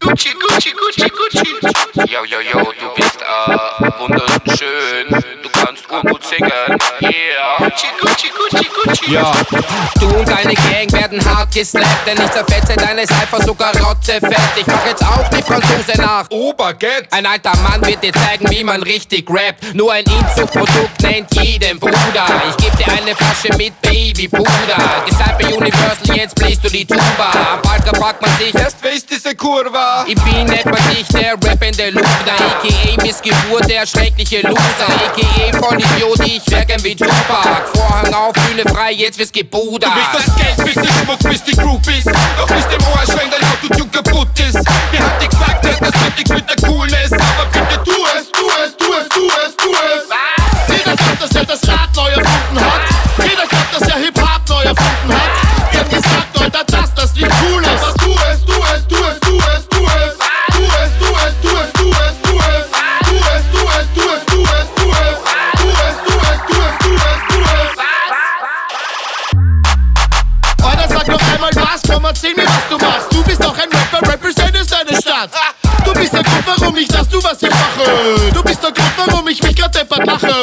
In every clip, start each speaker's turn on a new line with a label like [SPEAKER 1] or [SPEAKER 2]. [SPEAKER 1] Gucci, Gucci, Gucci, Gucci. Yo, yo, yo, du bist äh, wunderschön. Du kannst ungut singen. Yeah. Gucci, Gucci, Gucci, Gucci.
[SPEAKER 2] Ja,
[SPEAKER 3] Du und deine Gang werden hart geslappt, denn ich zerfetze deine Cypher sogar rotzefett. Ich mach jetzt auch die Franzose nach.
[SPEAKER 2] Oberget.
[SPEAKER 3] Ein alter Mann wird dir zeigen, wie man richtig rappt. Nur ein Inzuchtprodukt nennt jeden Bruder. Ich geb dir eine Flasche mit Babypuder. Disciple Universal, jetzt bläst du die Tuba. Am Balkan fragt man sich,
[SPEAKER 2] Erst weiß diese Kurva.
[SPEAKER 3] ich bin nennt man dich der rappende Loser, a.k.a. Missgeburt, der schreckliche Loser, a.k.a. Vollidiot, ich werken wie Tupac. Vorhang auf, Bühne frei, jetzt wirst gebudert.
[SPEAKER 2] Du bist das Geld, bist der Schmuck, bist die Groupies. Doch nicht im Ohr schwenkt dein Autotune kaputt ist. Wer hat dir gesagt, dass das wird nichts mit der Coolness? Aber bitte tu es, tu es, tu es, tu es, tu es.
[SPEAKER 4] Jeder glaubt, dass er das Rad neu erfunden hat. Jeder glaubt, dass er Hip-Hop neu erfunden hat. Wir haben gesagt, Alter, dass das nicht cool ist.
[SPEAKER 2] Was tu es, tu es, tu es, tu es, tu es. Tu es, tu es, tu es, tu es, tu es. Tu es, tu es, tu es, tu es, tu es. Tu es, tu es, tu es, tu es, tu es.
[SPEAKER 4] Alter, sag Oh, noch einmal was, komm, erzähl mir, was du machst. Du bist doch ein Rapper, representest deine Stadt. Du bist der Grund, warum ich das tu, was ich mache. Du bist der Grund, warum ich mich grad deppert lache.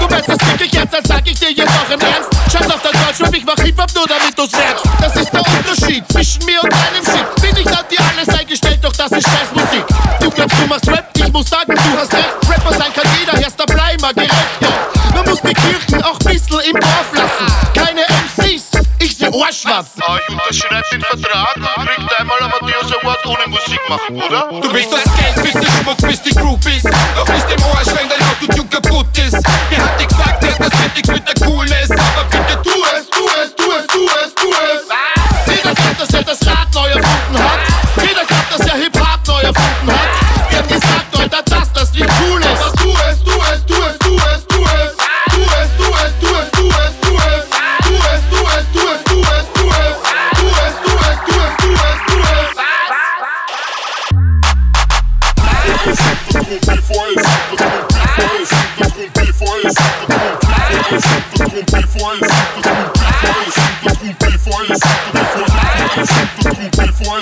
[SPEAKER 4] Du merkst das wirklich jetzt, dann sag ich dir jetzt auch im Ernst. Scheiß auf dein Deutschrap, ich mach Hip-Hop nur, damit du's lernst. Das ist der Unterschied zwischen mir und deinem Shit. Bin ich an dir alles eingestellt, doch das ist Scheißmusik. Du glaubst, du machst Rap, ich muss sagen, du hast recht. Rapper sein kann jeder, erster Blei mal gerecht. doch Man muss die Kirchen auch bissl im Dorf lassen. Keine MCs, ich seh Ohrschwatzen.
[SPEAKER 5] Ah, ich unterschreibe den Vertrag, kriegt einmal ein Matthäus Award ohne Musik machen, oder?
[SPEAKER 2] Du bist das Geld, bist der Schmuck, bist die Groupies. Doch nicht im Ohr schwenkt dein Autotune kaputt ist. Wer hat dir gesagt, dass das wird nichts mit der Coolness? Aber bitte tu es, tu es, tu es, tu es, tu es.
[SPEAKER 4] Jeder glaubt, dass er das Rad neu erfunden hat. Jeder glaubt, dass er Hip-Hop neu erfunden hat. Wir haben gesagt, Alter, dass das nicht cool ist.
[SPEAKER 2] Was tu es, tu es, tu es, tu es, tu es. Tu es, tu es, tu es, tu es, tu es. Tu es, tu es, tu es, tu es, tu es. Tu es, tu es, tu es, tu es, tu es.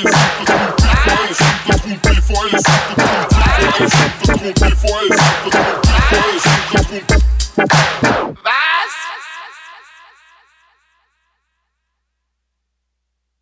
[SPEAKER 6] Before I